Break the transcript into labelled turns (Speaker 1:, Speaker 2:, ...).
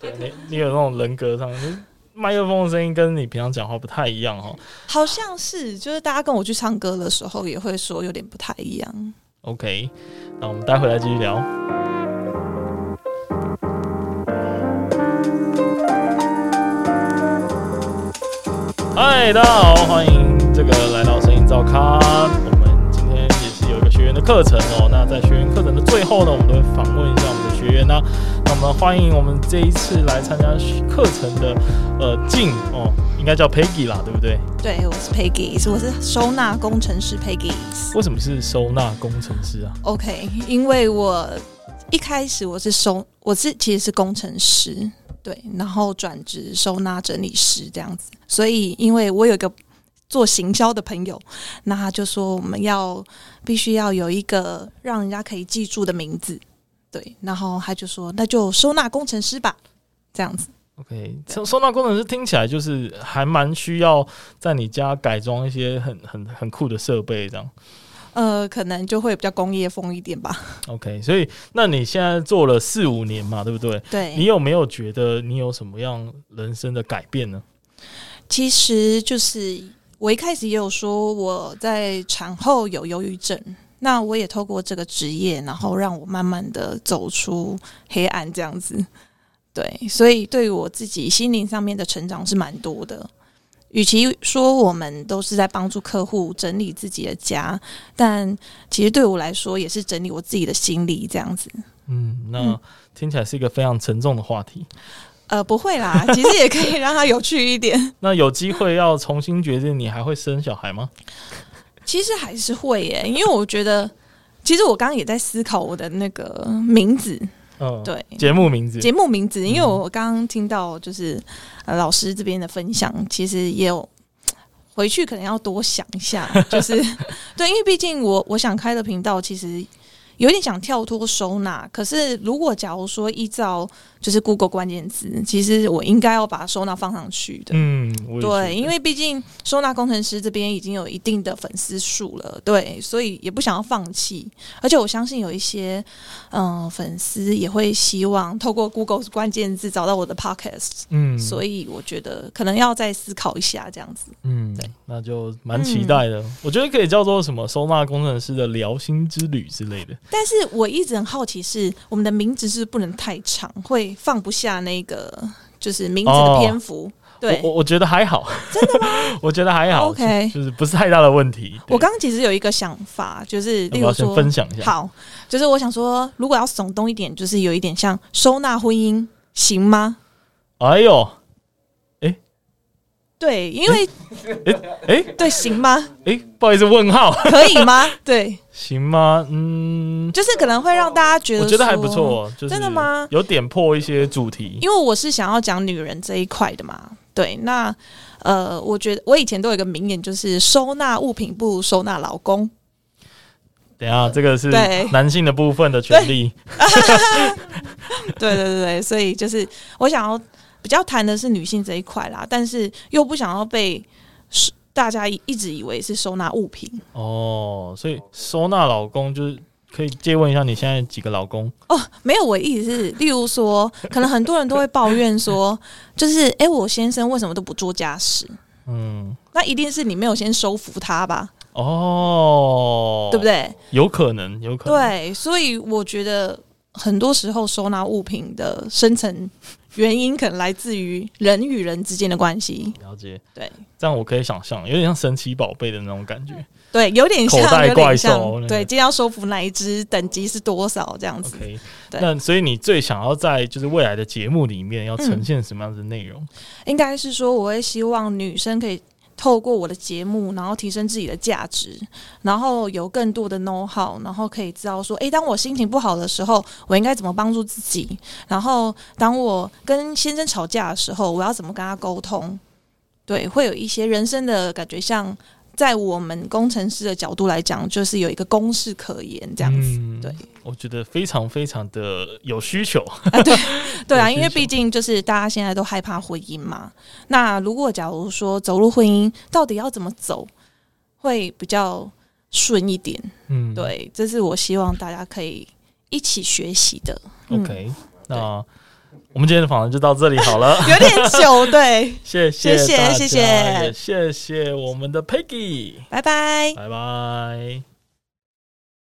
Speaker 1: 你你有那种人格上，就是麦克风的声音跟你平常讲话不太一样哦。
Speaker 2: 好像是，就是大家跟我去唱歌的时候也会说有点不太一样。
Speaker 1: OK，那我们待会来继续聊。嗨，大家好，欢迎这个来到声音照咖。我们今天也是有一个学员的课程哦。那在学员课程的最后呢，我们都会访问一下我们的学员呢、啊那我们欢迎我们这一次来参加课程的呃静哦，应该叫 Peggy 啦，对不对？
Speaker 2: 对，我是 Peggy，是我是收纳工程师 Peggy。
Speaker 1: 为什么是收纳工程师啊？
Speaker 2: OK，因为我一开始我是收，我是其实是工程师，对，然后转职收纳整理师这样子。所以，因为我有一个做行销的朋友，那他就说我们要必须要有一个让人家可以记住的名字，对，然后他就说那就收纳工程师吧，这样子。
Speaker 1: OK，收收纳工程师听起来就是还蛮需要在你家改装一些很很很酷的设备这样。
Speaker 2: 呃，可能就会比较工业风一点吧。
Speaker 1: OK，所以那你现在做了四五年嘛，对不对？
Speaker 2: 对，
Speaker 1: 你有没有觉得你有什么样人生的改变呢？
Speaker 2: 其实就是我一开始也有说我在产后有忧郁症，那我也透过这个职业，然后让我慢慢的走出黑暗这样子。对，所以对于我自己心灵上面的成长是蛮多的。与其说我们都是在帮助客户整理自己的家，但其实对我来说也是整理我自己的心理这样子。
Speaker 1: 嗯，那
Speaker 2: 嗯
Speaker 1: 听起来是一个非常沉重的话题。
Speaker 2: 呃，不会啦，其实也可以让它有趣一点。
Speaker 1: 那有机会要重新决定你还会生小孩吗？
Speaker 2: 其实还是会耶，因为我觉得，其实我刚刚也在思考我的那个名字，
Speaker 1: 嗯，，
Speaker 2: 对，
Speaker 1: 节目名字
Speaker 2: 节目名字，因为我刚刚听到就是、呃、老师这边的分享，其实也有。回去可能要多想一下，就是对，因为毕竟我我想开的频道其实有点想跳脱收纳，可是如果假如说依照就是 Google 关键字，其实我应该要把收纳放上去的。
Speaker 1: 嗯，我也
Speaker 2: 对，
Speaker 1: 是
Speaker 2: 因为毕竟收纳工程师这边已经有一定的粉丝数了，对，所以也不想要放弃。而且我相信有一些嗯、呃粉丝也会希望透过 Google 关键字找到我的 podcast，、
Speaker 1: 嗯，
Speaker 2: 所以我觉得可能要再思考一下这样子。
Speaker 1: 嗯
Speaker 2: 对，嗯
Speaker 1: 那就蛮期待的。我觉得可以叫做什么收纳工程师的疗心之旅之类的。
Speaker 2: 但是我一直很好奇是，我们的名字是不是不能太长，会放不下那个就是名字
Speaker 1: 哦
Speaker 2: 的篇幅。对，
Speaker 1: 我我我觉得还好，真的 吗？我觉得还好
Speaker 2: OK
Speaker 1: 就就是不是太大的问题。对
Speaker 2: 我刚刚其实有一个想法，就是
Speaker 1: 要
Speaker 2: 例
Speaker 1: 不要
Speaker 2: 如
Speaker 1: 先
Speaker 2: 说，
Speaker 1: 分享一下？
Speaker 2: 好，就是我想说，如果要耸动一点，就是有一点像收纳婚姻，行吗？
Speaker 1: 哎呦，
Speaker 2: 对，因为
Speaker 1: 哎
Speaker 2: 对，行吗？
Speaker 1: 哎，不好意思，问号
Speaker 2: 可以吗？ 对，
Speaker 1: 行吗？嗯，
Speaker 2: 就是可能会让大家觉得，
Speaker 1: 我觉得还不。错，就是
Speaker 2: 真的吗
Speaker 1: 有点破一些主题。
Speaker 2: 因为我是想要讲女人这一块的嘛。对，那呃，我觉得我以前都有一个名言，就是收纳物品不如收纳老公。
Speaker 1: 等一下，这个是
Speaker 2: 对
Speaker 1: 男性的部分的权利。
Speaker 2: 对对对对，所以就是我想要比较谈的是女性这一块啦，但是又不想要被大家一直以为是收纳物品。
Speaker 1: 哦，所以收纳老公就是可以借问一下你现在几个老公？
Speaker 2: 哦，没有，我的意思是，例如说，可能很多人都会抱怨说， 就是诶，我先生为什么都不做家事？
Speaker 1: 嗯，
Speaker 2: 那一定是你没有先收服他吧，
Speaker 1: 哦，
Speaker 2: 对不？对？
Speaker 1: 有可能，有可能。
Speaker 2: 对，所以我觉得很多时候收纳物品的深层原因，可能来自于人与人之间的关系。
Speaker 1: 了解，
Speaker 2: 对嗯
Speaker 1: 这样我可以想象，有点像神奇宝贝的那种感觉。
Speaker 2: 对，有点像
Speaker 1: 口袋，
Speaker 2: 有
Speaker 1: 怪
Speaker 2: 点
Speaker 1: 兽
Speaker 2: 像
Speaker 1: 那。个
Speaker 2: 对，今天要收服哪一只，等级是多少这样子。
Speaker 1: OK，
Speaker 2: 对
Speaker 1: 那所以你最想要在就是未来的节目里面要呈现什么样的内容？
Speaker 2: 应该是说，我会希望女生可以透过我的节目，然后提升自己的价值，然后有更多的 know how，然后可以知道说，诶、当我心情不好的时候，我应该怎么帮助自己？然后当我跟先生吵架的时候，我要怎么跟他沟通？对，会有一些人生的感觉，像在我们工程师的角度来讲，就是有一个公式可言这样子。
Speaker 1: 嗯
Speaker 2: 对
Speaker 1: 我觉得非常非常的有需求。
Speaker 2: 对啊，
Speaker 1: 有需
Speaker 2: 因为
Speaker 1: 求
Speaker 2: 毕竟就是大家现在都害怕婚姻嘛。那如果假如说走入婚姻，到底要怎么走，会比较顺一点？
Speaker 1: 嗯，
Speaker 2: 对，这是我希望大家可以一起学习的。嗯
Speaker 1: ，OK，那我们今天的访谈就到这里好了，
Speaker 2: 有点久，对，
Speaker 1: 谢
Speaker 2: 谢谢
Speaker 1: 大家
Speaker 2: 谢谢
Speaker 1: 也谢谢我们的 Peggy，
Speaker 2: 拜拜。
Speaker 1: 拜拜。